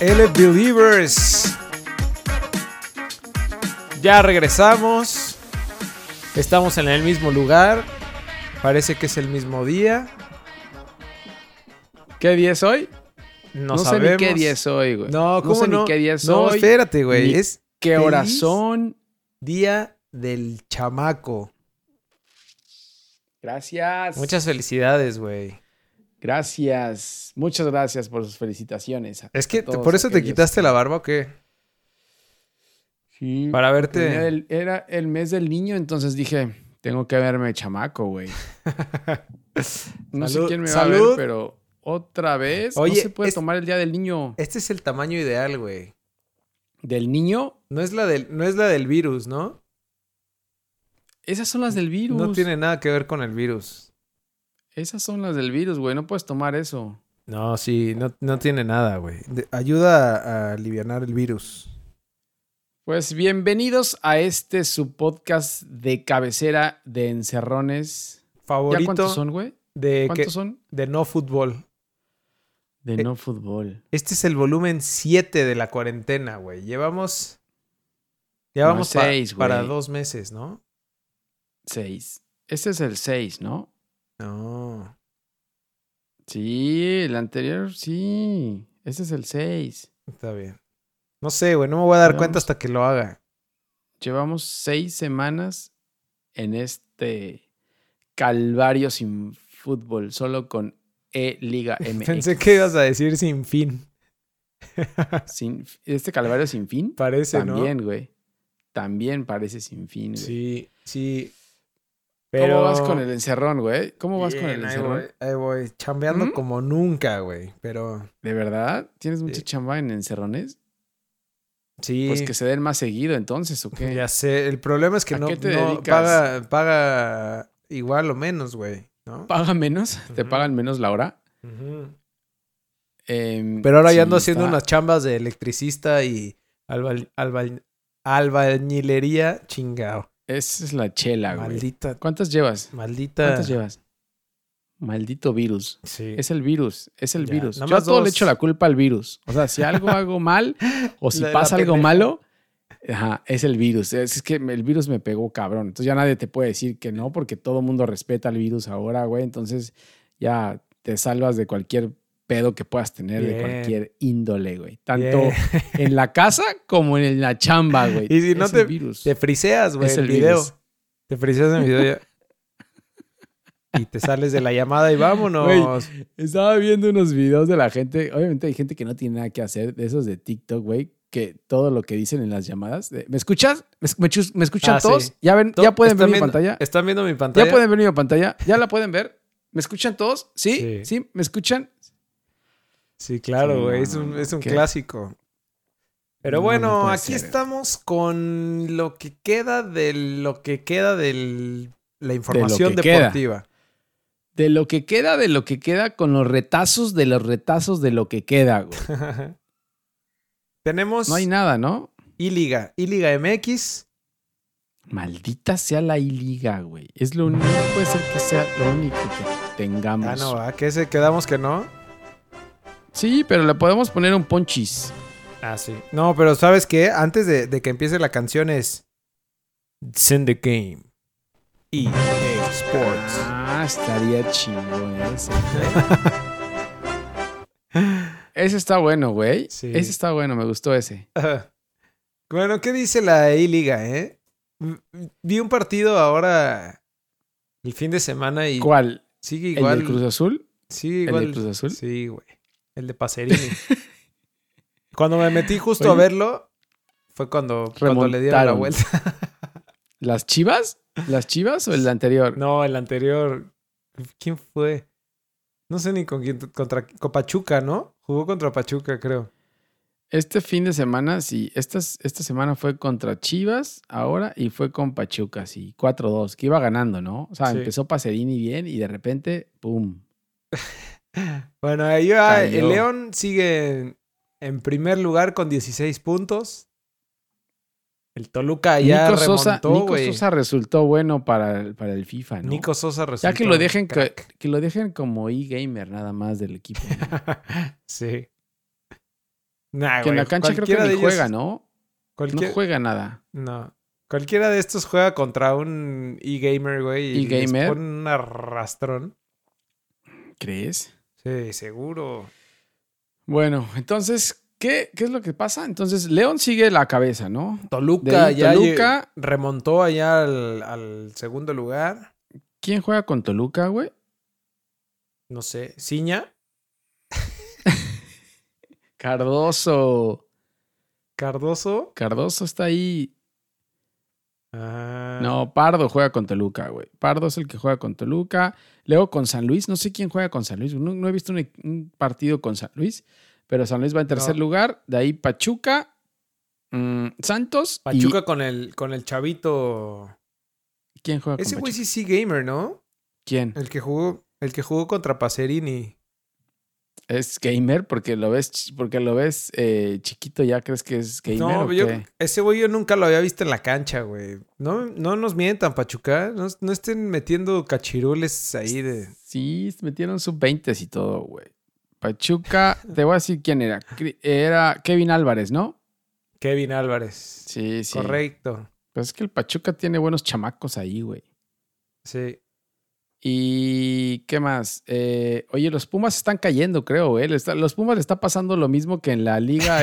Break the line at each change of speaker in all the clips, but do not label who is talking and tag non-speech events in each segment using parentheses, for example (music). L Believers. Ya regresamos. Estamos en el mismo lugar. Parece que es el mismo día. ¿Qué día es hoy?
No, sé ni qué día es hoy, güey.
No, ¿cómo
sé
no?
ni qué día es
No,
hoy.
espérate, güey.
ni
Es
¿Qué
feliz
horas son?
Día del chamaco.
Gracias.
Muchas felicidades, güey.
gracias. Muchas gracias por sus felicitaciones. a-
Es que
a
te-
todos
por eso te
aquellos
quitaste
que-
la barba o qué?
Sí,
Para
porque Era
verte.
el, era el mes del niño, entonces dije, tengo que verme
(laughs)
chamaco, güey. No sé
Salud,
quién me va a
salud.
ver, pero otra vez
Oye,
no se puede
es-
tomar el día del niño.
Este es el tamaño ideal, güey.
¿Del niño?
No es la del, no es la del virus, ¿no?
Esas son las del virus.
No tiene nada que ver con el virus.
Esas son las del virus, güey. No puedes tomar eso.
No, sí, no, no tiene nada, güey. De- Ayuda a, a alivianar el virus.
Pues bienvenidos a este su podcast de cabecera de encerrones. ¿Ya
Favorito
cuántos son, güey?
de, Eh, que-
¿Cuántos son?
de no fútbol.
De
Eh,
no fútbol.
Este es el volumen 7 de la cuarentena, güey. Llevamos. Ya vamos
No,
pa-
seis,
para
güey.
dos meses, ¿no?
Seis. Este es el seis, ¿no?
No.
Sí, el anterior, sí. Este es el seis.
Está bien. No sé, güey. No me voy a dar
Ya
cuenta
vamos.
hasta que lo haga.
Llevamos seis semanas en este calvario sin fútbol, solo con
(laughs)
E-Liga MX.
Pensé que ibas a decir sin fin.
Sin- este calvario sin fin.
Parece,
También, güey. También parece sin fin,
¿no?
güey.
Sí, sí.
¿Cómo vas con el encerrón, güey? ¿Cómo vas con
Bien,
el
ahí
encerrón?
voy, ahí voy, chambeando
¿Mm?
como nunca, güey, pero
¿De verdad? ¿Tienes mucha
Sí.
chamba en encerrones?
sí,
Pues que se den más seguido entonces, ¿o
(laughs)
qué?
ya sé, el problema es que
¿A
no,
qué te
no
dedicas?
paga, paga igual o menos, güey, ¿no?
¿Paga menos? ¿Te
Ujú.
pagan menos la hora?
Ujú.
Em,
Pero ahora
sí,
ya ando haciendo
está-
unas chambas de electricista y albal- albal- albañilería, chingado.
Esa es la chela, güey.
Maldita,
¿Cuántas llevas?
maldita.
¿Cuántas llevas? Maldito virus.
Sí.
Es el virus, es el
Ya,
virus.
nada
Yo a
más
todo le
dos.
echo la culpa al virus. O sea, si algo hago mal o si
La de la
pasa algo
pendeja.
malo, ajá, es el virus. Es, es que el virus me pegó cabrón. Entonces ya nadie te puede decir que no porque todo el mundo respeta al virus ahora, güey. Entonces ya te salvas de cualquier pedo que puedas tener de
Bien.
cualquier índole, güey. Tanto
Bien.
en la casa como en la chamba, güey.
(laughs) Y si no
Es el virus.
Te friseas, güey,
Es
el,
el
video.
virus.
Te friseas en el video
(laughs)
ya. y te sales de la llamada y vámonos.
Estaba viendo unos videos de la gente. Obviamente hay gente que no tiene nada que hacer, de esos de TikTok, güey, que todo lo que dicen en las llamadas. de, ¿Me escuchas? ¿Me, escu- me chus- me escuchan
Ah, sí.
todos? ¿Ya, ven,
To-
¿Ya pueden ver
¿están
mi
viendo-
pantalla?
¿Están viendo mi pantalla?
¿Ya pueden ver mi pantalla? ¿Ya la pueden ver? ¿Me escuchan todos? ¿Sí?
Sí.
¿Sí? ¿Me escuchan?
Sí, claro,
Sí,
güey.
no,
es un,
no,
es un
¿qué?
clásico. Pero
No,
bueno,
no puede
aquí
ser.
estamos con lo que queda de lo que queda de la información
que queda. (laughs)
deportiva.
De lo que queda, de lo que queda, con los retazos de los retazos de lo que queda, güey.
Tenemos
No hay nada, ¿no?
I-Liga, I-Liga MX.
Maldita sea la I-Liga, güey. Es lo único, no puede ser que sea lo único que tengamos.
Ah, no, ¿a qué se quedamos que no?
Sí, pero le podemos poner un ponchis.
Ah, sí. No, pero ¿sabes qué? Antes de, de que empiece la canción es... Send the game. EA Sports.
Ah, estaría chingón ese. (laughs) ese está bueno, güey.
Sí.
Ese está bueno, me gustó ese.
Ajá. Bueno, ¿qué dice la I-Liga, eh? M- m- Vi un partido ahora el fin de semana y
¿Cuál?
sigue
¿El
igual.
del Cruz Azul?
Sigue
¿El
igual.
del Cruz Azul?
Sí, güey. El de
(laughs)
Pacerini. cuando me metí justo a
Oye.
verlo, fue cuando, cuando le dieron la
Remontaron.
vuelta. (laughs)
¿Las Chivas? ¿Las Chivas o el anterior?
No, el anterior. ¿Quién fue? No sé ni con quién. Contra con Pachuca, ¿no? Jugó contra Pachuca, creo.
Este fin de semana, sí. Esta, esta semana fue contra Chivas ahora y fue con Pachuca, sí. 4-2, que iba ganando, ¿no? O sea,
Sí.
empezó Pacerini bien y de repente, ¡pum!
Bueno, ahí va. El
Cayó.
León sigue en, en primer lugar con 16 puntos. El Toluca ya
Nico Sosa,
remontó,
Nico
güey.
Sosa resultó bueno para el, para el FIFA, ¿no?
Nico Sosa resultó.
Ya que lo dejen
crack.
que,
(laughs)
que lo dejen como e-gamer nada más del equipo. ¿no?
sí. Nah,
que en
Ah, güey,
la cancha creo que
cualquiera
ni
de ellos-
juega, ¿no?
cualquier-
No juega nada.
No. Cualquiera de estos juega contra un e-gamer, güey. y les
¿E-gamer?
Pone un arrastrón.
¿Crees?
Sí, seguro.
Bueno, entonces, ¿qué, qué es lo que pasa? Entonces, León sigue la cabeza, ¿no?
Toluca
De ahí,
ya
Toluca.
lle- remontó allá al, al segundo lugar.
¿Quién juega con Toluca, güey?
No sé, Ciña,
Cardoso.
Cardoso.
Cardoso está ahí.
Ah,
No, Pardo juega con Toluca, güey. Pardo es el que juega con Toluca. Luego con San Luis, no sé quién juega con San Luis. No, no he visto un, un partido con San Luis, pero San Luis va en tercer
No.
lugar. De ahí Pachuca, mm, Santos. y-
Pachuca con el con el chavito.
¿Quién juega
Ese
con
güey
Pachuca?
sí sí gamer, ¿no?
¿Quién?
El que jugó el que jugó contra Pacerini.
¿Es gamer? Porque lo ves, ch- porque lo ves eh, chiquito, ya crees que es gamer.
No,
o
yo,
qué?
ese güey yo nunca lo había visto en la cancha, güey. No, no nos mientan, Pachuca. No, no estén metiendo cachirules ahí de.
Sí, metieron sub 20 y todo, güey. Pachuca, te voy a decir quién era. Cri- Era Kevin Álvarez, ¿no?
Kevin Álvarez.
Sí, sí.
Correcto.
Pues es que el Pachuca tiene buenos chamacos ahí, güey.
Sí.
¿Y qué más? Eh, oye, los Pumas están cayendo, creo, güey. Le está- Los Pumas le está pasando lo mismo que en la Liga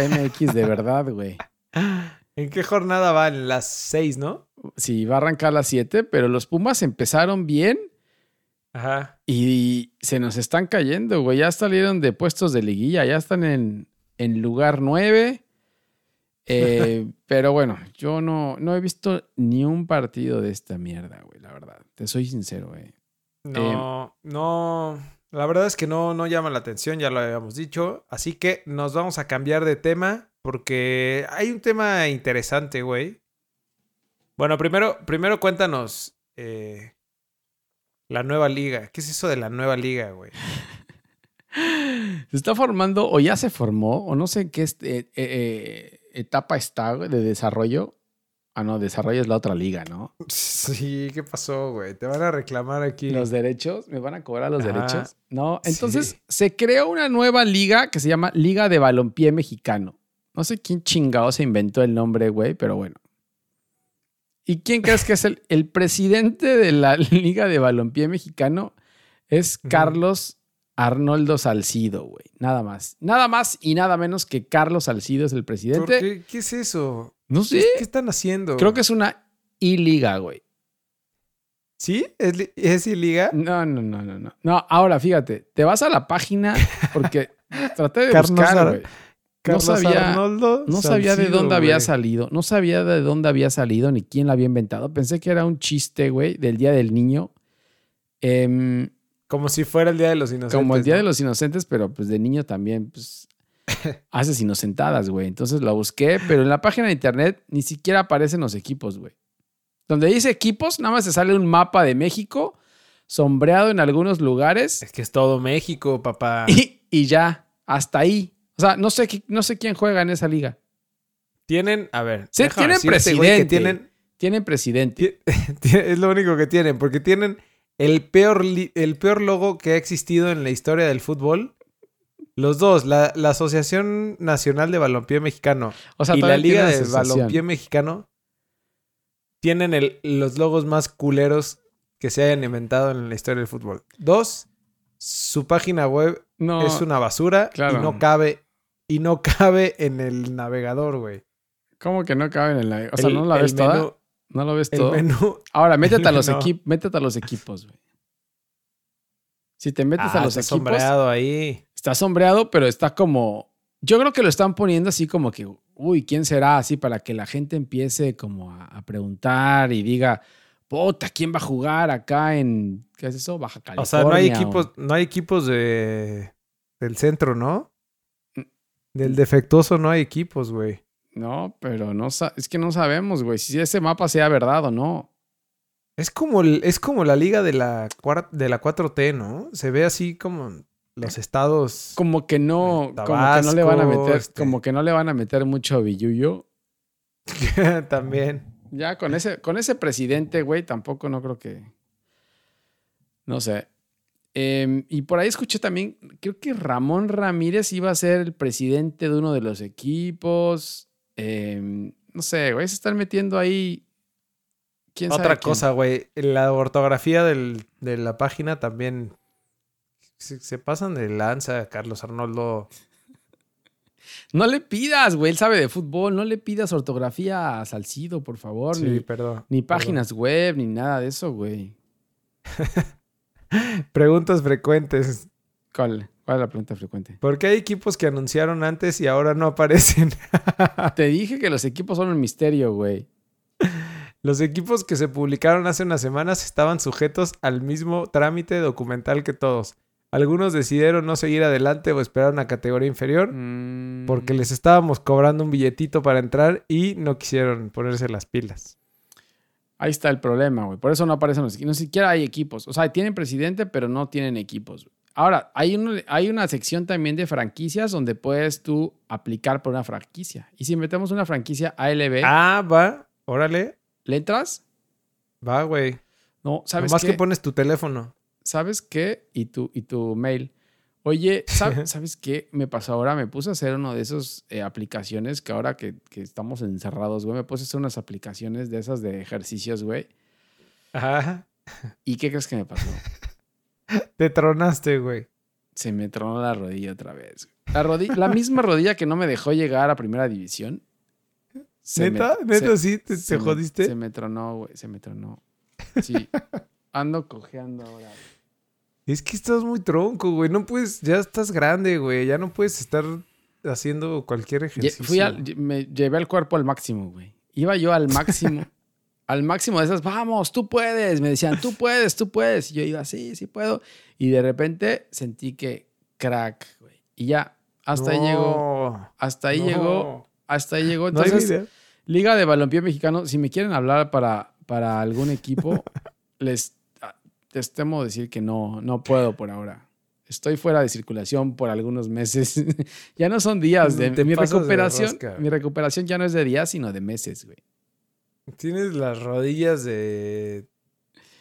(laughs)
MX de verdad, güey.
¿En qué jornada va? En las seis, ¿no?
Sí, va a arrancar las 7, pero los Pumas empezaron bien
Ajá.
y se nos están cayendo, güey. Ya salieron de puestos de liguilla, ya están en, en lugar 9. pero bueno, yo no, no he visto ni un partido de esta mierda, güey, la verdad. Te soy sincero, eh. güey. Em,
No, no. La verdad es que no, no llama la atención, ya lo habíamos dicho. Así que nos vamos a cambiar de tema porque hay un tema interesante, güey. Bueno, primero, primero cuéntanos eh, la nueva liga. ¿Qué es eso de la nueva liga,
(laughs)
güey?
Se está formando o ya se formó o no sé en qué este- eh, eh, etapa está güey, de desarrollo. Ah, no, desarrollo es la otra liga, ¿no?
Sí, ¿qué pasó, güey? Te van a reclamar aquí.
Los derechos, me van a cobrar los
Ajá.
derechos. No, entonces
Ah, Sí.
se creó una nueva liga que se llama Liga de Balompié Mexicano. No sé quién chingado se inventó el nombre, güey, pero bueno. ¿Y quién crees que es el, el presidente de la (laughs) Liga de Balompié Mexicano? Es
Ujú.
Carlos Arnoldo Salcido, güey. Nada más. Nada más y nada menos que Carlos Salcido es el
¿Por
presidente.
qué, ¿Qué es eso?
No sé.
¿Qué están haciendo?
Creo que es una I-Liga, güey.
sí. ¿Es, li- es liga?
No, no, no, no, no. No, ahora fíjate, te vas a la página porque
(laughs)
traté de
Carlos
buscar,
Ar-
güey. No sabía-
Arnoldo
No sabía de
Salcido,
dónde había
güey.
salido, no sabía de dónde había salido ni quién la había inventado. Pensé que era un chiste, güey, del Día del Niño. Em,
Como si fuera el Día de los Inocentes.
como el Día
¿no?
de los Inocentes, pero pues de niño
(laughs)
también, pues haces inocentadas, güey. Entonces la busqué, pero en la página de internet ni siquiera aparecen los equipos, güey. Donde dice equipos, nada más te sale un mapa de México, sombreado en algunos lugares.
Es que es todo México, papá.
(laughs) y, y ya, hasta ahí. O sea, no sé, qui- no sé quién juega en esa liga.
Tienen, a ver.
Sí,
déjame
tienen
decirte, güey, que
presidente.
tienen,
Tienen presidente.
ti- (laughs) ti- es lo único que tienen, porque tienen el peor, li- el peor logo que ha existido en la historia del fútbol. Los dos, la, la Asociación Nacional de Balompié Mexicano
O sea,
y la
todavía
Liga
tiene
de
asociación.
Balompié Mexicano, tienen el- los logos más culeros que se hayan inventado en la historia del fútbol. Dos, su página web
No,
es una basura
claro.
y no cabe y no cabe en el navegador, güey.
¿cómo que no caben en la... O sea,
El-
¿no la
el
ves toda?
menú-
¿No lo ves
el
todo?
menú.
Ahora, métete
(laughs)
a los,
No.
equip- métete a los equipos, güey. Si te metes
Ah,
a los
está
equipos,
sombreado ahí.
está sombreado, pero está como... Yo creo que lo están poniendo así como que, uy, ¿quién será? Así para que la gente empiece como a, a preguntar y diga, puta, ¿quién va a jugar acá en... ¿Qué es eso? Baja California.
O sea, no hay
o-
equipos, no hay equipos de del centro, ¿no?
Mm.
Del defectuoso no hay equipos, güey.
No, pero no sa- es que no sabemos, güey, si ese mapa sea verdad o no.
Es como el- es como la liga de la cuar- de la 4T, ¿no? Se ve así como los estados.
Como que no, como que no le
Tabasco,
van a meter,
este.
como que no le van a meter mucho billuyo.
(laughs) También.
Ya con ese, con ese presidente, güey, tampoco no creo que. No sé. Eh, y por ahí escuché también, creo que Ramón Ramírez iba a ser el presidente de uno de los equipos. Eh, no sé, güey, se están metiendo ahí. ¿Quién sabe
Otra
quién?
cosa, güey. La ortografía del- de la página también. Se, se pasan de lanza, Carlos Arnoldo.
No le pidas, güey, él sabe de fútbol. No le pidas ortografía a Salcido, por favor.
Sí,
ni,
perdón.
ni
perdón.
páginas web, ni nada de eso, güey.
Preguntas frecuentes.
¿Cuál, ¿Cuál es la pregunta frecuente? (laughs)
¿Por qué hay equipos que anunciaron antes y ahora no aparecen? (laughs)
Te dije que los equipos son un misterio, güey.
Los equipos que se publicaron hace unas semanas estaban sujetos al mismo trámite documental que todos. Algunos decidieron no seguir adelante o esperar una categoría inferior porque
Porque
les estábamos cobrando un billetito para entrar y no quisieron ponerse las pilas.
Ahí está el problema, güey. Por eso no aparecen los equipos. No siquiera hay equipos. O sea, tienen presidente, pero no tienen equipos. güey. Ahora, hay, un- hay una sección también de franquicias donde puedes tú aplicar por una franquicia. Y si metemos una franquicia ALB,
Ah, va. Órale.
¿le entras?
Va, güey.
No, ¿sabes
Más
qué?
que pones tu teléfono.
¿sabes qué? Y tu, y tu mail. Oye,
(laughs)
¿sab- ¿sabes qué? Me pasó ahora, me puse a hacer uno de esos eh, aplicaciones que ahora que, que estamos encerrados, güey, me puse a hacer unas aplicaciones de esas de ejercicios, güey.
Ajá.
¿Y qué crees que me pasó?
Te tronaste, güey.
Se me tronó la rodilla otra vez. güey. La, rodilla, la misma rodilla que no me dejó llegar a primera división. se me-
¿Neta?
se-
¿Neta sí? ¿Te,
se
te
me-
jodiste?
se me tronó, güey, se me tronó. Sí. Ando cojeando ahora. güey.
Es que estás muy tronco, güey. No puedes... Ya estás grande, güey. Ya no puedes estar haciendo cualquier
Lle-
ejercicio.
Fui al- lle- me llevé el cuerpo al máximo, güey. Iba yo al
(laughs)
máximo, al máximo de esas, vamos, tú puedes. Me decían, tú puedes, tú puedes. Y yo iba, sí, sí puedo. Y de repente sentí que crack, güey. Y ya, hasta ahí llegó,
No,
hasta ahí
no.
llegó, hasta ahí llegó.
No hay
Entonces,
video.
Liga de Balompié Mexicano, si me quieren hablar para, para algún
(laughs)
equipo, les, ah, les temo decir que no, no puedo por ahora. Estoy fuera de circulación por algunos meses. (laughs) ya no son días de
Te
mi
pasas de
recuperación.
rosca.
mi recuperación ya no es de días, sino de meses, güey.
Tienes las rodillas de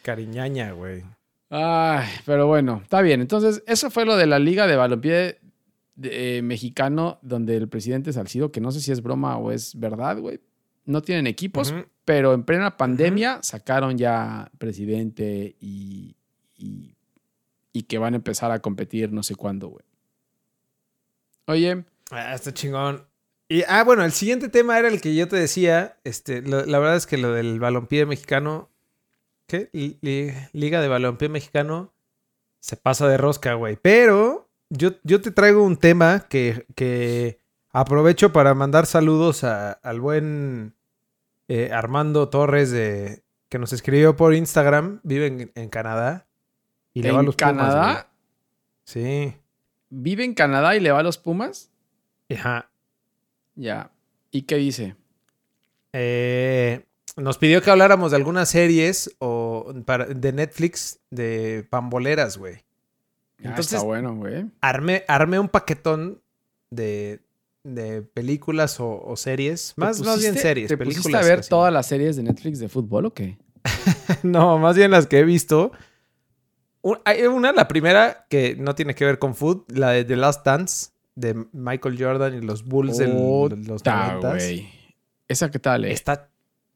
cariñaña, güey.
Ay, pero bueno, está bien. Entonces, eso fue lo de la Liga de Balompié de- eh, Mexicano, donde el presidente Salcido, que no sé si es broma o es verdad, güey, no tienen equipos,
Ujú.
Pero en plena pandemia sacaron ya presidente y, y, y que van a empezar a competir no sé cuándo, güey. Oye,
Ah, está chingón. Y, ah, bueno, el siguiente tema era el que yo te decía. Este, lo- la verdad es que lo del balompié mexicano. ¿Qué? Li- li- Liga de balompié mexicano se pasa de rosca, güey. Pero yo, yo te traigo un tema que, que aprovecho para mandar saludos a- al buen eh, Armando Torres de, que nos escribió por Instagram. Vive en, en Canadá. Y le va a
en
los Pumas,
Canadá,
güey. sí.
vive en Canadá y le va a los Pumas.
Ajá.
Ya. ¿Y qué dice? Ah,
Eh, nos pidió que habláramos de algunas series o para- de Netflix de pamboleras, güey.
Ah,
Entonces-
está bueno, güey.
Armé, armé un paquetón de, de películas o, o series.
¿Te
Más, más bien
pusiste-
series.
¿Te
películas
pusiste a ver
casi.
todas las series de Netflix de fútbol o qué?
(laughs) No, más bien las que he visto. Un- hay una, la primera, que no tiene que ver con food, la de The Last Dance, de Michael Jordan y los Bulls del- de los
Puta,
90s.
güey. ¿Esa qué tal, eh?
Está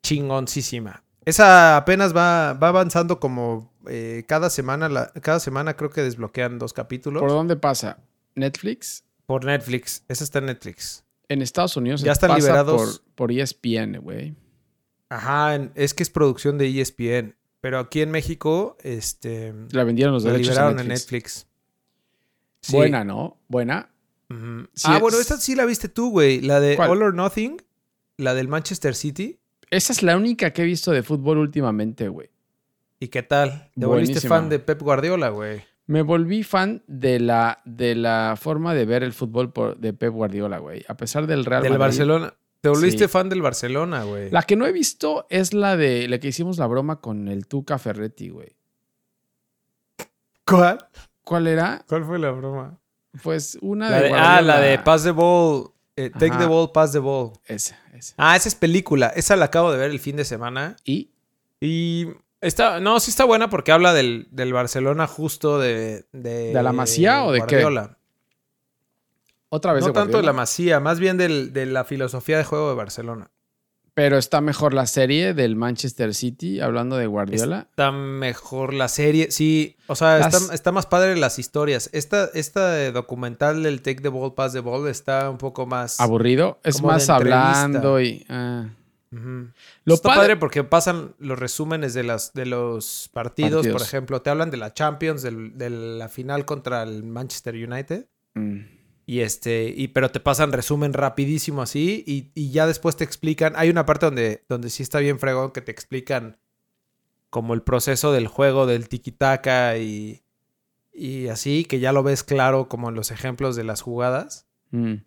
chingoncísima. Esa apenas va, va avanzando como eh, cada semana. la- cada semana creo que desbloquean dos capítulos.
¿Por
Por,
dónde pasa? ¿Netflix?
Netflix. Esa está en Netflix.
En Estados Unidos
Ya están
pasa
liberados.
por, E por ESPN, güey.
Ajá, en- es que es producción de E ESPN. Pero aquí en México, este.
La vendieron los
La
derechos a
liberaron en Netflix.
Netflix.
Sí.
Buena, ¿no? Buena.
Ujú.
Sí,
ah, bueno,
es-
esta sí la viste tú, güey. La de
¿Cuál?
All or Nothing. La del Manchester City.
Esa es la única que he visto de fútbol últimamente, güey.
¿Y qué tal? Te volviste
Buenísima.
fan de Pep Guardiola, güey.
Me volví fan de la, de la forma de ver el fútbol por- de Pep Guardiola, güey. A pesar del Real
Del
Madrid.
Barcelona. Te volviste
Sí.
fan del Barcelona, güey.
La que no he visto es la de la que hicimos la broma con el Tuca Ferretti, güey.
¿Cuál?
¿Cuál era?
¿Cuál fue la broma?
Pues una
La
de,
de- ah, la de
Guardiola.
Pass the Ball. eh, take
Ajá.
the Ball, Pass the Ball.
Esa, esa.
Ah, esa es película. Esa la acabo de ver el fin de semana.
Y
Y Está, no, sí está buena porque habla del, del Barcelona justo de... ¿De,
¿De la Masía o de qué?
Guardiola.
Otra vez
No
de
tanto de
Guardiola.
la Masía, más bien del- de la filosofía de juego de Barcelona.
Pero está mejor la serie del Manchester City, hablando de Guardiola.
Está mejor la serie. Sí, o sea,
Las-
está, está más padre las historias. Esta, esta de documental del Take the Ball, Pass the Ball está un poco más...
Aburrido. Es
como de
más hablando y. ah.
Ujú.
Lo
está
padre-
padre porque pasan los resúmenes de, las, de los partidos, por
Partidos.
ejemplo. Te hablan de la Champions, del- de la final contra el Manchester United.
Mm.
Y este, y, pero te pasan resumen rapidísimo así y, y ya después te explican. Hay una parte donde, donde sí está bien fregón que te explican como el proceso del juego, del tiki-taka y, y así, que ya lo ves claro como en los ejemplos de las jugadas.
Mm.
Eso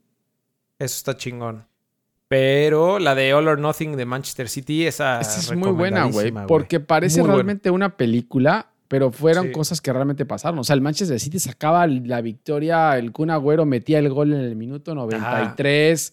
está chingón. Pero la de All or Nothing de Manchester City, esa
Esta es muy buena, güey.
recomendadísima,
Porque parece
Muy buena.
realmente una película, pero fueron
Sí.
cosas que realmente pasaron. O sea, el Manchester City sacaba la victoria, el Kun Agüero metía el gol en el minuto 93.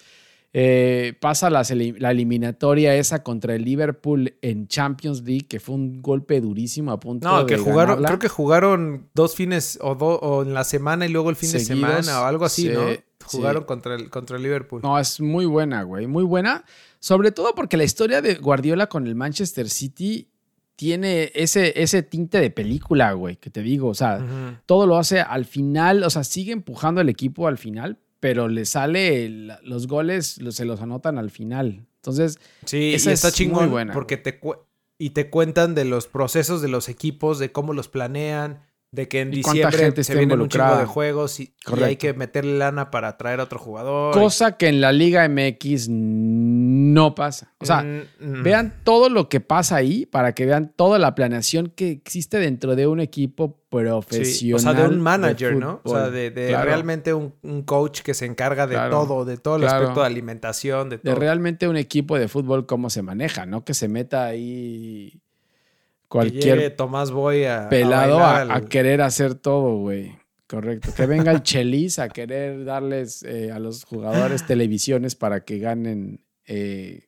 eh, pasa las eli- la eliminatoria esa contra el Liverpool en Champions League, que fue un golpe durísimo a punto
No,
de
que jugaron,
ganarla.
creo que jugaron dos fines o, do- o en la semana y luego el fin
Seguidos,
de semana o algo así,
sí,
¿no?
sí.
Jugaron contra el contra el Liverpool.
No, es muy buena, güey. Muy buena. Sobre todo porque la historia de Guardiola con el Manchester City tiene ese, ese tinte de película, güey, que te digo. O sea,
Ujú.
todo lo hace al final. O sea, sigue empujando el equipo al final, pero le sale el- los goles, lo- se los anotan al final. Entonces,
Sí,
Esa
y está
es muy
chingón
buena,
porque te cu- y te cuentan de los procesos de los equipos, de cómo los planean, de que en
Y cuánta
diciembre
gente
se
está
vienen un chingo de
involucrada.
juegos y, y hay
Correcto.
que meterle lana para traer a otro jugador.
cosa que en la Liga MX no pasa. O sea,
Mm, mm.
Vean todo lo que pasa ahí para que vean toda la planeación que existe dentro de un equipo profesional.
Sí, o sea, de un
de
manager, ¿no? O sea,
fútbol.
de, de
Claro,
realmente un, un coach que se encarga de
Claro.
todo, de todo el
Claro.
aspecto de alimentación, de
De
todo.
realmente un equipo de fútbol cómo se maneja, ¿no? Que se meta ahí
Que
cualquier
llegue Tomás Boy a, a
pelado a,
bailar
a
al-
querer hacer todo, güey. Correcto. Que venga el Chelis a querer darles eh, a
(gasps)
los jugadores televisiones para que ganen eh,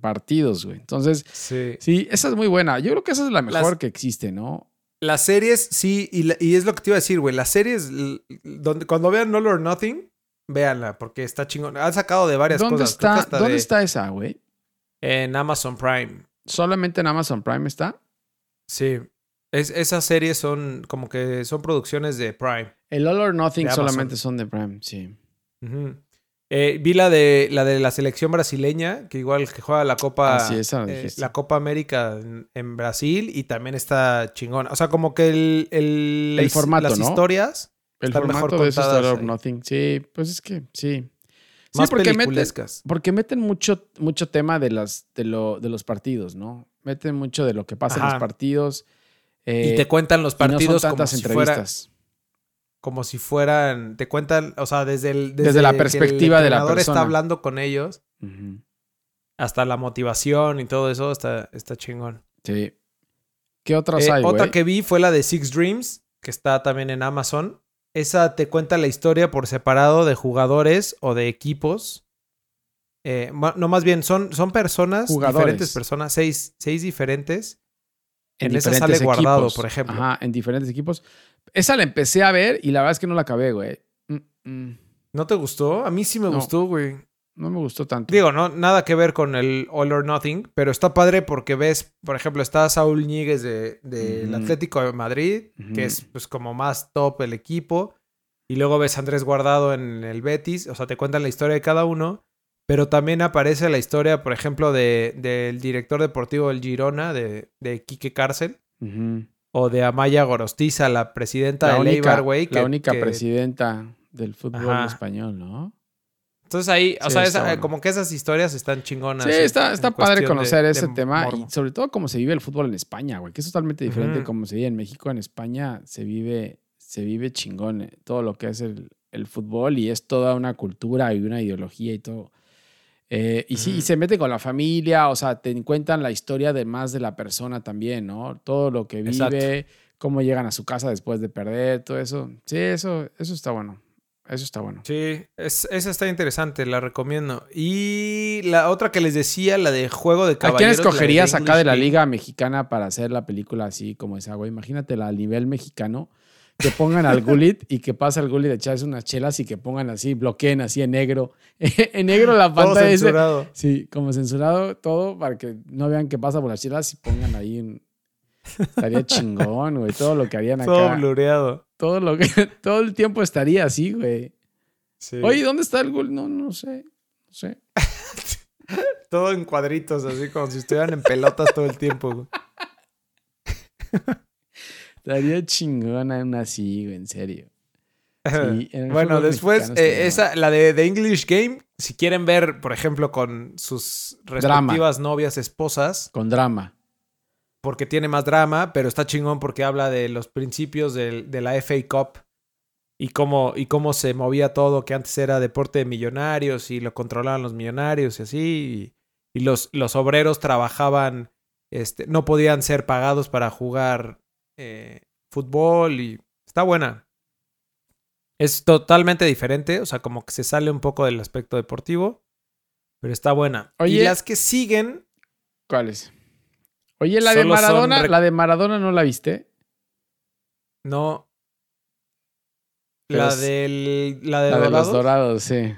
partidos, güey. Entonces,
Sí.
sí, esa es muy buena. Yo creo que esa es la
Las-
mejor que existe, ¿no?
Las series, sí, y, la- y es lo que te iba a decir, güey. Las series, l- donde, cuando vean All or Nothing, véanla, porque está chingón. Han sacado de varias
¿Dónde,
cosas. creo que
está,
hasta
¿dónde
de-
está esa, güey?
En Amazon Prime.
solamente en Amazon Prime está.
Sí. Es- esas series son como que son producciones de Prime.
El All or Nothing
De Amazon.
solamente son de Prime, sí.
Ujú. Eh, vi la de la de la selección brasileña, que igual que juega la Copa.
Así es, Ah, esa la
eh,
dijiste.
la Copa América en, en Brasil y también está chingón. O sea, como que el, el-
El formato,
las
¿no?
historias
El
están mejor
formato de eso es All
contadas
or
ahí.
Nothing. Sí, pues es que sí. Sí,
más
porque meten,
peliculescas.
porque meten mucho, mucho tema de, las, de, lo, de los partidos, ¿no? Meten mucho de lo que pasa en
Ajá.
los partidos. eh,
Y te cuentan los
y no son
partidos como,
tantas
si fuera,
entrevistas.
como si fueran, te cuentan, o sea, desde el
Desde la
que el
perspectiva de la
entrenador está
persona.
hablando con ellos,
Ujú.
hasta la motivación y todo eso está, está chingón.
Sí. ¿Qué otras
Eh,
hay,
otra
güey?
que vi fue la de Six Dreams, que está también en Amazon. Esa te cuenta la historia por separado de jugadores o de equipos. Eh, ma- no, más bien, son, son personas,
Jugadores.
diferentes personas, seis, seis diferentes. En, esa sale
diferentes
guardado,
equipos.
por ejemplo.
Ajá, en diferentes equipos. Esa la empecé a ver y la verdad es que no la acabé, güey. Mm, mm.
¿No te gustó? A mí sí me
No.
gustó, güey.
No me gustó tanto.
Digo, no, nada que ver con el All or Nothing, pero está padre porque ves, por ejemplo, está Saúl Ñíguez del de, del
Ujú.
Atlético de Madrid,
Ujú.
que es pues como más top el equipo, y luego ves a Andrés Guardado en el Betis, o sea, te cuentan la historia de cada uno, pero también aparece la historia, por ejemplo, de, del director deportivo del Girona, de, de Quique Cárcel,
Ujú.
o de Amaya Gorostiza, la presidenta
la
del
única,
Eibar, güey.
la
que-
única
que-
presidenta del fútbol
Ajá.
español, ¿no?
Entonces ahí, o
Sí,
sea,
está
esa- eh,
bueno.
como que esas historias están chingonas.
Sí,
en-
está,
en
está padre
cuestión de-
conocer
de
ese tema
morbo.
y sobre todo cómo se vive el fútbol en España, güey, que es totalmente diferente
Ujú.
como se vive en México. En España se vive, se vive chingón eh, todo lo que es el, el fútbol y es toda una cultura y una ideología y todo. Eh, y sí, y
Ujú.
se mete con la familia, o sea, te cuentan la historia de más de la persona también, ¿no? Todo lo que vive,
Exacto.
cómo llegan a su casa después de perder, todo eso. Sí, eso, eso está bueno. Eso está bueno.
Sí, es- esa está interesante, la recomiendo. Y la otra que les decía, la de juego de
¿A
caballeros. la
quién
de
escogerías
English
acá de la
Game.
liga mexicana para hacer la película así como esa, güey? Imagínatela al nivel mexicano. Que pongan al Gulit y que pasa al Gulit a echarse unas chelas y que pongan así, bloqueen así en negro. (laughs) en negro la
Todo
pantalla dice,
censurado.
Sí, como censurado todo para que no vean qué pasa por las chelas y pongan ahí un...
(laughs)
Estaría chingón, güey. Todo lo que harían
Todo
acá.
blureado.
Todo, lo que, (laughs) todo el tiempo estaría así, güey.
Sí.
Oye, ¿dónde está el gol? No, no sé. No sé.
Todo en cuadritos, así como si estuvieran en pelotas todo el tiempo. güey.
Estaría chingona una así, güey, en serio.
(laughs)
Sí, en el
bueno,
fútbol
después,
mexicano estaría
eh, esa, la de The English Game, si quieren ver, por ejemplo, con sus
Drama.
respectivas novias, esposas,
Con drama.
porque tiene más drama, pero está chingón porque habla de los principios del- de la FA Cup y cómo, y cómo se movía todo, que antes era deporte de millonarios y lo controlaban los millonarios y así, y, y los, los obreros trabajaban, este, no podían ser pagados para jugar eh, fútbol y está buena. Es totalmente diferente, o sea, como que se sale un poco del aspecto deportivo, pero está buena. y
Oye.
las que siguen,
¿Cuál es? Oye, la de
Solo son
Maradona,
rec-
la de Maradona no la viste.
No.
Pero
La
es-
del. La de,
La de los
Dorados.
dorados, sí.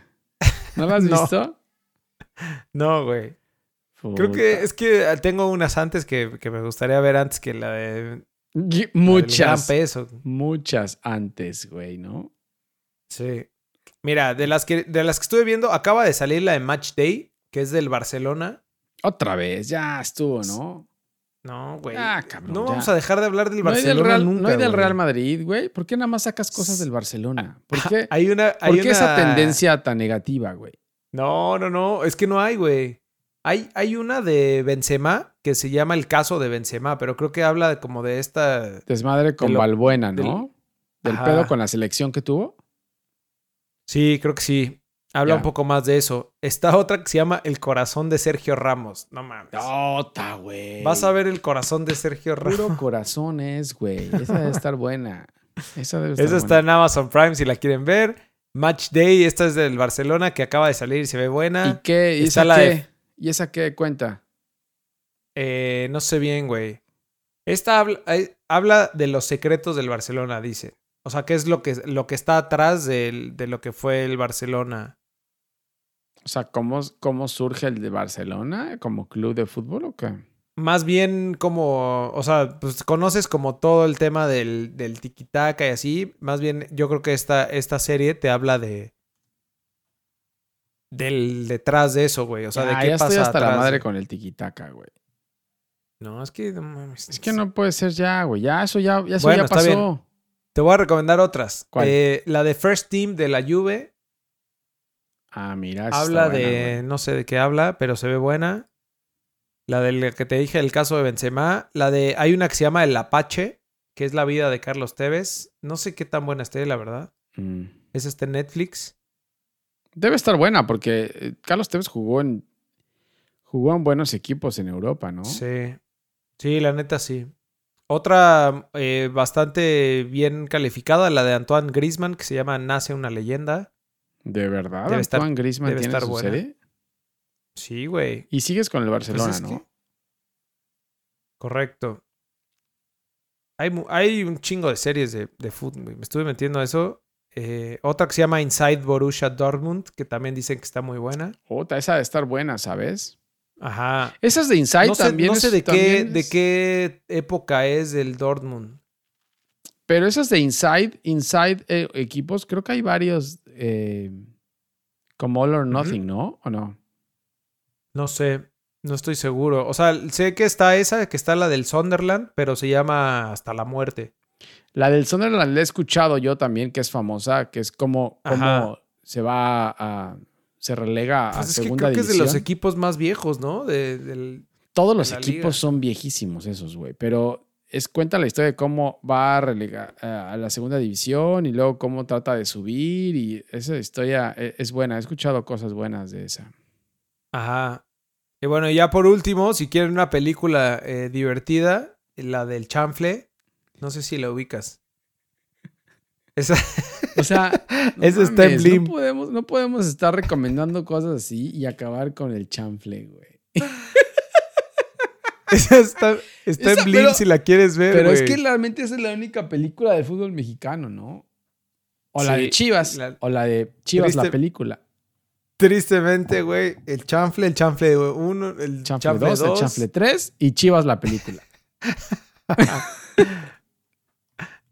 ¿No la
(laughs)
has
No.
visto?
No, güey. Creo que es que tengo unas antes que, que me gustaría ver antes que la de. la del
Puta.
gran
Muchas.
peso.
Muchas antes, güey, ¿no?
Sí. Mira, de las que de las que estuve viendo, acaba de salir la de Match Day, que es del Barcelona.
Otra vez, ya estuvo, ¿no?
No, güey.
Ah, cabrón,
no
ya.
vamos a dejar de hablar del
No hay
Barcelona
del Real,
nunca.
no hay del
güey.
Real Madrid, güey. ¿Por qué nada más sacas cosas del Barcelona? ¿Por qué,
Hay una. Hay
¿por qué
una-
esa tendencia tan negativa, güey?
No, no, no. Es que no hay, güey. Hay, hay una de Benzema que se llama El caso de Benzema, pero creo que habla de- como de esta.
Desmadre con
De lo-
Balbuena, ¿no? Del,
Ajá.
pedo con la selección que tuvo.
Sí, creo que sí. Habla
Ya.
un poco más de eso. Está otra que se llama El corazón de Sergio Ramos. No mames.
Nota, güey.
Pues, Vas a ver el corazón de Sergio Ramos.
(laughs) Puro corazón es, güey. Esa debe estar buena. Esa debe estar
Esa está
buena.
en Amazon Prime si la quieren ver. Match Day, esta es del Barcelona que acaba de salir y se ve buena.
¿Y qué? ¿Y
Está
esa
la
qué?
de-
¿Y esa qué cuenta?
Eh, no sé bien, güey. Esta habla, eh, habla de los secretos del Barcelona, dice. O sea, qué es lo que, lo que está atrás del- de lo que fue el Barcelona.
O sea, ¿cómo, ¿cómo surge el de Barcelona como club de fútbol o qué?
más bien como, o sea, pues conoces como todo el tema del, del tiquitaca y así. Más bien, yo creo que esta, esta serie te habla de. del detrás de eso, güey. O sea, de
Ah,
qué
ya
pasa.
estoy hasta la
atrás,
madre
güey.
con el tiquitaca, güey.
No, es que no mames.
Es que no puede ser ya, güey. Ya, eso ya, ya, eso
Bueno,
ya
está
pasó.
bien. Te voy a recomendar otras.
¿Cuál?
Eh, la de First Team de la Juve.
Ah, mira. esa está
Habla
buena,
de.
güey.
no sé de qué habla, pero se ve buena. La del que te dije, el caso de Benzema. La de. Hay una que se llama El Apache, que es la vida de Carlos Tevez. No sé qué tan buena esté, la verdad.
Mm.
Es este Netflix.
Debe estar buena porque eh, Carlos Tevez jugó en jugó en buenos equipos en Europa, ¿no?
Sí. Sí, la neta sí. Otra eh, bastante bien calificada, la de Antoine Grisman, que se llama Nace una leyenda.
De verdad.
Debe estar-
Antoine Griezmann
debe
tiene
estar
su
buena.
serie.
Sí, güey.
Y sigues con el
Pues
Barcelona,
es
¿no?
que- Correcto. Hay, mu- hay un chingo de series de, de fútbol. güey. Me estuve metiendo a eso. Eh, otra que se llama Inside Borussia Dortmund, que también dicen que está muy buena.
Jota, esa debe estar buena, ¿sabes?
Ajá.
Esas de Inside
No sé,
también.
no sé
es-
de, qué,
también
de
es-
qué época es el Dortmund.
Pero esas de Inside, Inside eh, equipos, creo que hay varios eh, como All or Nothing, ¿no? ¿O no?
No sé, no estoy seguro. O sea, sé que está esa, que está la del Sunderland, pero se llama Hasta la Muerte.
La del Sunderland la he escuchado yo también, que es famosa, que es como, como
Ajá.
se va a. se relega a
Pues es que
Ah, segunda
creo que es de
división.
los equipos más viejos, ¿no? De- del-
Todos los
la
equipos
liga.
son viejísimos esos, güey. Pero es cuenta la historia de cómo va a relegar eh, a la segunda división y luego cómo trata de subir. Y esa historia eh, es buena. He escuchado cosas buenas de esa.
Ajá. Y bueno, y ya por último, si quieren una película eh, divertida,
(laughs)
la del chanfle, no sé si la ubicas. Esa, (laughs)
O sea, (laughs) no
Eso está en
mames,
Blim.
No podemos, no podemos estar recomendando cosas así y acabar con el chanfle, güey.
Esa está, está
Esa,
en Blim
pero-
si la quieres ver,
Pero es
güey.
que realmente esa es la única película de fútbol mexicano, ¿no? O la
Sí,
de Chivas.
la-
O la de Chivas, la
Triste-
película.
Tristemente, güey, el chanfle, el chanfle uno, el
Chanfle 2, el Chanfle 3 y Chivas, la película.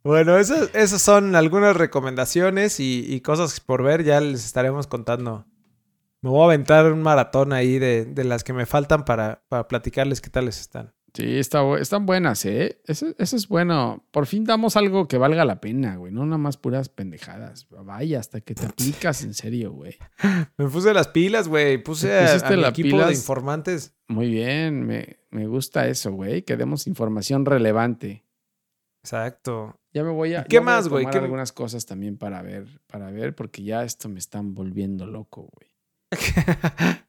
Bueno, esas, esas son algunas recomendaciones y, y cosas por ver, ya les estaremos contando. Me voy a aventar un maratón ahí de, de las que me faltan para, para platicarles qué tales están.
Sí, está, bu- están buenas, ¿eh? Eso, eso es bueno. Por fin damos algo que valga la pena, güey. No nada más puras pendejadas. Vaya, hasta que te aplicas en serio, güey.
Me puse las pilas, güey. Puse
Te
a,
pusiste
a mi
las
equipo de
pilas.
informantes.
Muy bien, me, me gusta eso, güey. Que demos información relevante.
Exacto.
Ya me voy a.
¿Y qué
ya voy a
más, güey?
tomar
¿Qué-
Algunas cosas también para ver, para ver, porque ya esto me están volviendo loco, güey.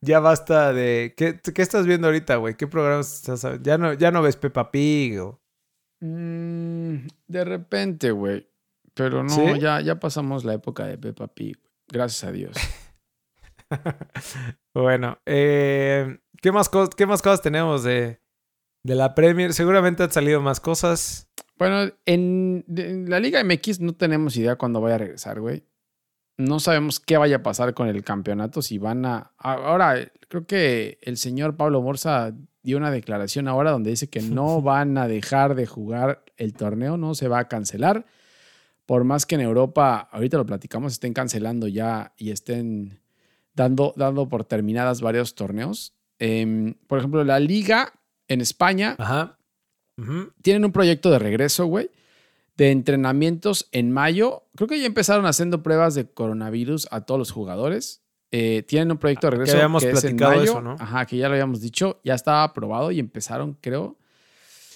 ya basta de. ¿Qué, qué estás viendo ahorita, güey? ¿Qué programas estás ya no Ya no ves Peppa Pig. o-
Mm, de repente, güey. Pero no,
¿Sí?
ya, ya pasamos la época de Peppa Pig. Gracias a Dios.
Bueno, eh, ¿qué, más cos- ¿qué más cosas tenemos de, de la Premier? Seguramente han salido más cosas.
Bueno, en, de- en la Liga MX no tenemos idea cuándo vaya a regresar, güey. No sabemos qué vaya a pasar con el campeonato, si van a... a- Ahora, creo que el señor Pablo Morza dio una declaración ahora donde dice que no van a dejar de jugar el torneo, no se va a cancelar. Por más que en Europa, ahorita lo platicamos, estén cancelando ya y estén dando, dando por terminadas varios torneos. Em, por ejemplo, la Liga en España
Ajá. Ujú.
tienen un proyecto de regreso, güey, de entrenamientos en mayo. Creo que ya empezaron haciendo pruebas de coronavirus a todos los jugadores. Eh, tienen un proyecto de
Ah, que
regreso
habíamos
es en
platicado
mayo.
eso, ¿no?
Ajá, que ya lo habíamos dicho, ya estaba aprobado y empezaron, creo.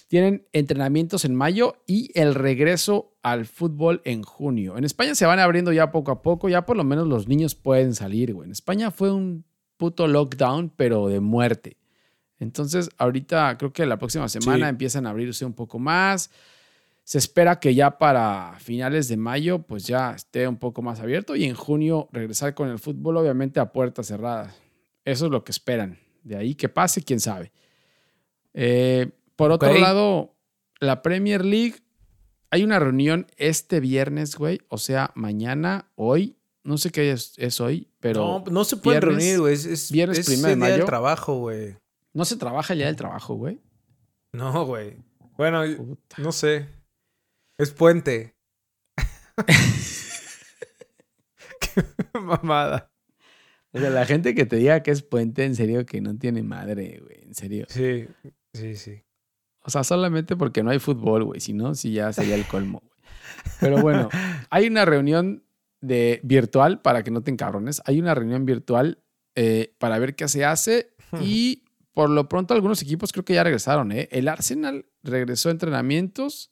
Tienen entrenamientos en mayo y el regreso al fútbol en junio. En España se van abriendo ya poco a poco, ya por lo menos los niños pueden salir, güey. En España fue un puto lockdown, pero de muerte. Entonces, ahorita creo que la próxima semana
Sí.
empiezan a abrirse un poco más. Se espera que ya para finales de mayo, pues ya esté un poco más abierto y en junio regresar con el fútbol, obviamente a puertas cerradas. Eso es lo que esperan. De ahí que pase, quién sabe. Eh, por otro
Ok.
lado, la Premier League, hay una reunión este viernes, güey. O sea, mañana, hoy. No sé qué día es, es hoy, pero
no, no se pueden
viernes-
reunir, güey. Es, es,
viernes
es
primero
el
de
día del
mayo.
trabajo, güey.
no se trabaja el día del trabajo, güey.
No, güey. Bueno,
Puta.
no sé. Es
(laughs)
puente. Qué mamada.
O sea, la gente que te diga que es puente, en serio, que no tiene madre, güey. En serio.
Sí, sí, sí.
O sea, solamente porque no hay fútbol, güey. Si no, sí ya sería el colmo, güey. Pero (laughs) bueno, hay una reunión de virtual para que no te encabrones. Hay una reunión virtual eh, para ver qué se hace. Y por lo pronto, algunos equipos creo que ya regresaron, ¿eh? El Arsenal regresó a entrenamientos.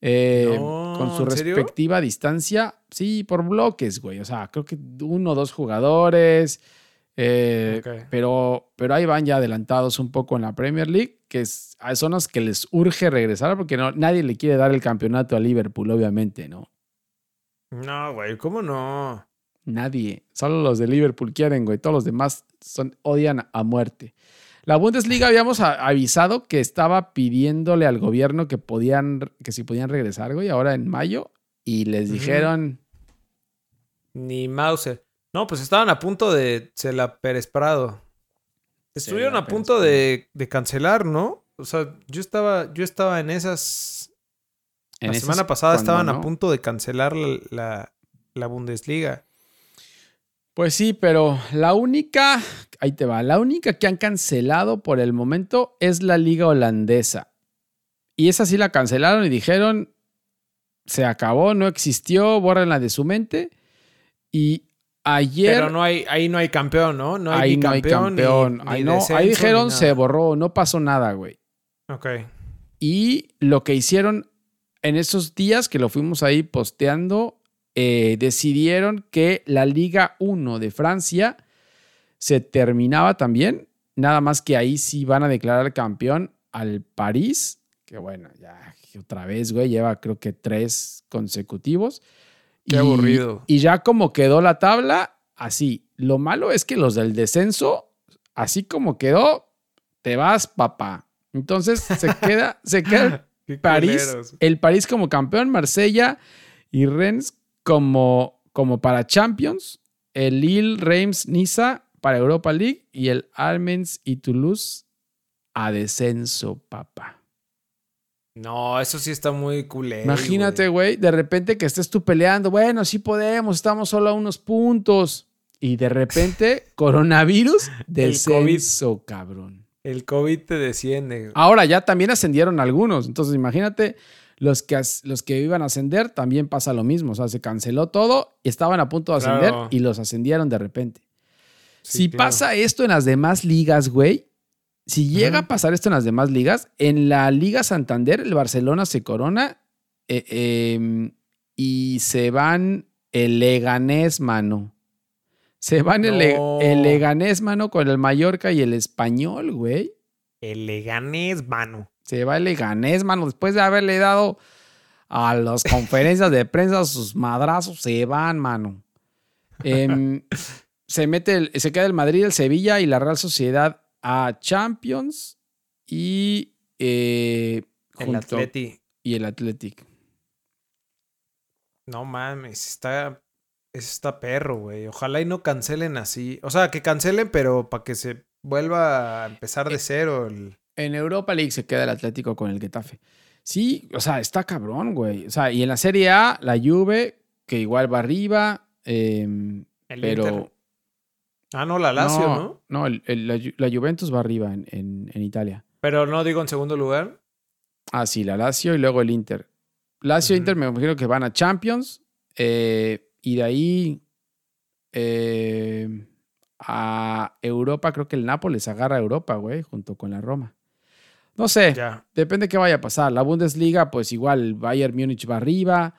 eh,
No,
con su
¿en serio?
respectiva distancia, sí, por bloques, güey. O sea, creo que uno o dos jugadores. eh,
(laughs) Ok.
pero, pero ahí van ya adelantados un poco en la Premier League, que es, hay zonas que les urge regresar porque no, nadie le quiere dar el campeonato a Liverpool, obviamente, ¿no?
No, güey, ¿cómo no?
Nadie. Solo los de Liverpool quieren, güey. Todos los demás son, odian a muerte. La Bundesliga habíamos a- avisado que estaba pidiéndole al gobierno que podían, que si podían regresar, güey, ahora en mayo. Y les
Ujú.
dijeron,
Ni Mauser. No, pues estaban a punto de. Se la Pérez Prado.
Se la
Estuvieron a
Pérez
punto
Prado.
de, de cancelar, ¿no? O sea, yo estaba, yo estaba en esas.
en
la
esas
semana pasada
cuando
estaban a
no.
punto de cancelar la, la- la Bundesliga.
Pues sí, pero la única, ahí te va, la única que han cancelado por el momento es la liga holandesa. Y esa sí la cancelaron y dijeron, se acabó, no existió, bórrenla de su mente. Y ayer...
Pero no hay, ahí no hay campeón, ¿no? No hay
ahí
ni
no hay
campeón. ni-
campeón.
ni
ahí, no,
descenso,
ahí
ni
dijeron,
nada.
se borró, no pasó nada, güey. (laughs)
Ok.
Y lo que hicieron en esos días que lo fuimos ahí posteando, eh, decidieron que la Liga 1 de Francia se terminaba también. Nada más que ahí sí van a declarar campeón al París, que bueno, ya otra vez, güey, lleva creo que tres consecutivos.
Qué aburrido.
Y ya como quedó la tabla, así. Lo malo es que los del descenso, así como quedó, te vas, papá. Entonces
(laughs)
se queda, se queda
Qué
el París,
culeros.
el París como campeón, Marsella y Rennes como, como para Champions, el Lille, Reims, Niza para Europa League y el Armens y Toulouse a descenso, papá.
No, eso sí está muy culero.
Imagínate, güey, de repente que estés tú peleando, bueno, sí podemos, estamos solo a unos puntos. Y de repente, (laughs) coronavirus,
COVID.
descenso, cabrón.
El COVID te desciende. güey.
Ahora ya también ascendieron algunos, entonces imagínate, los que, as- los que iban a ascender también pasa lo mismo, o sea, se canceló todo, estaban a punto de ascender
Claro.
y los ascendieron de repente.
Sí,
si
claro.
pasa esto en las demás ligas, güey, si llega
Ujú.
a pasar esto en las demás ligas, en la Liga Santander, el Barcelona se corona eh, eh, y se van el Leganés, mano. Se van el, Le-
No.
el Leganés, mano, con el Mallorca y el Español, güey.
El Leganés, mano.
Se va el Leganés, mano. Después de haberle dado a las conferencias de prensa sus madrazos, se van, mano.
(laughs)
Em, se mete, el- se queda el Madrid, el Sevilla y la Real Sociedad a Champions y eh,
El
junto-
Atleti.
y el Athletic.
No mames, está. Está perro, güey. Ojalá y no cancelen así. O sea, que cancelen, pero para que se vuelva a empezar
Eh,
de cero. el-
En Europa League se queda el Atlético con el Getafe. Sí, o sea, está cabrón, güey. O sea, y en la Serie A, la Juve, que igual va arriba, em,
el
pero...
Inter. Ah, no, la Lazio, ¿no?
No, el- el- la, Ju- la Juventus va arriba en, en- en Italia.
Pero no digo en segundo lugar.
Ah, sí, la Lazio y luego el Inter. Lazio e
Ujú.
Inter me imagino que van a Champions eh, y de ahí eh, a Europa, creo que el Nápoles agarra a Europa, güey, junto con la Roma. No sé,
Ya.
depende qué vaya a pasar. La Bundesliga, pues igual, el Bayern Múnich va arriba,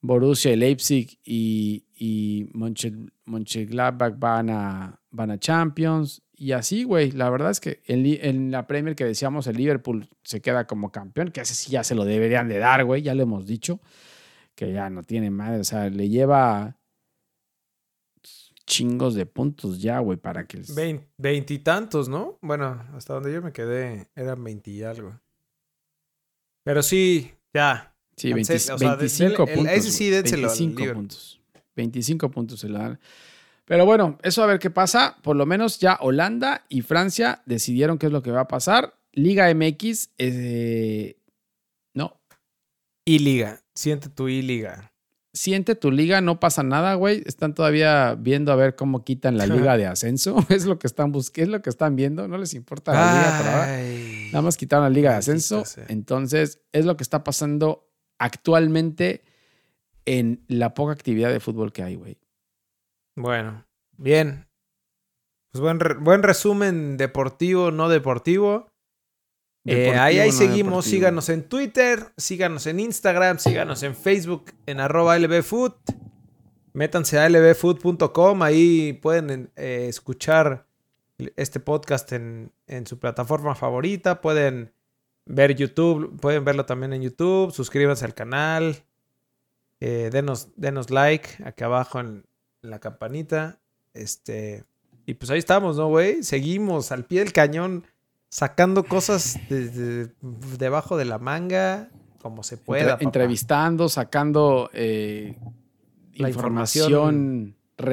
Borussia y Leipzig y, y Monche- Mönchengladbach van a, van a Champions. Y así, güey, la verdad es que en, li- en la Premier que decíamos, el Liverpool se queda como campeón, que ese sí ya se lo deberían de dar, güey, ya lo hemos dicho, que ya no tiene madre, o sea, le lleva chingos de puntos ya, güey, para que... les-
Vein- Veintitantos, ¿no? Bueno, hasta donde yo me quedé eran veinti y algo. Pero sí, ya.
Sí, 20
Cancel- o sea, de-
25
dele- el-
puntos.
ese sí
güey.
dénselo al
25
Liverpool.
puntos. 25 puntos se la dan. Pero bueno, eso a ver qué pasa. Por lo menos ya Holanda y Francia decidieron qué es lo que va a pasar. Liga MX, eh, no.
Y liga. Siente tu y liga.
Siente tu liga, no pasa nada, güey. Están todavía viendo a ver cómo quitan la
(laughs)
liga de ascenso. (laughs) Es lo que están buscando, es lo que están viendo. No les importa la liga
Ah.
por ahora.
Ay.
Nada más quitaron la liga de
Maldita
ascenso.
sea.
Entonces, es lo que está pasando actualmente en la poca actividad de fútbol que hay, güey.
Bueno, bien. Pues buen, re- buen resumen deportivo, no deportivo. Eh,
Deportivo,
ahí ahí
no
seguimos.
deportivo.
Síganos en Twitter, síganos en Instagram, síganos en Facebook, en arroba lbfood. Métanse a lbfood.com. Ahí pueden eh, escuchar este podcast en, en su plataforma favorita. Pueden ver YouTube, pueden verlo también en YouTube. Suscríbanse al canal. Eh, denos, denos like acá abajo en, en la campanita. Este. Y pues ahí estamos, ¿no, güey? Seguimos al pie del cañón sacando cosas de- de- debajo de la manga, como se
Entre-
pueda. papá.
entrevistando, sacando eh,
La
información,
información, el dato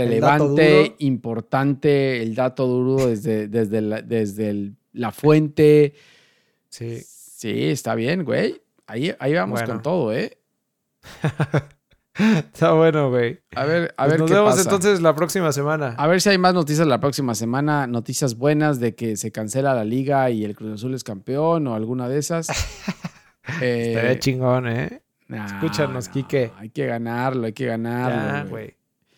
relevante,
duro.
importante, el
(laughs)
dato duro desde, desde, la, desde el- la fuente.
Sí. (laughs)
Sí, está bien, güey. Ahí, ahí vamos
Bueno.
con todo, ¿eh?
Está bueno, güey.
A ver, a
Pues
ver
nos
qué
vemos
pasa.
entonces la próxima semana.
A ver si hay más noticias la próxima semana, noticias buenas de que se cancela la liga y el Cruz Azul es campeón o alguna de
(laughs)
esas. Eh,
Estaría chingón, ¿eh?
nah,
Escúchanos, Quique.
Hay que ganarlo, hay que
Ya,
ganarlo. güey.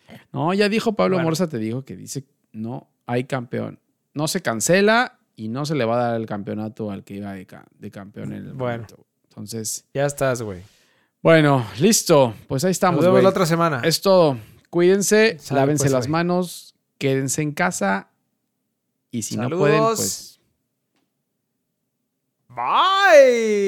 güey.
no, ya dijo Pablo
Bueno.
Morza, te dijo que dice no hay campeón. No se cancela y no se le va a dar el campeonato al que iba de, ca- de campeón en el
Bueno.
momento, güey. Entonces,
Ya estás, güey.
bueno, listo. Pues ahí
Nos
estamos.
vemos
güey.
la otra semana.
Es todo. Cuídense,
Sale,
lávense
pues,
las
güey.
manos, quédense en casa y si no pueden,
Saludos.
pues
Bye.
(laughs)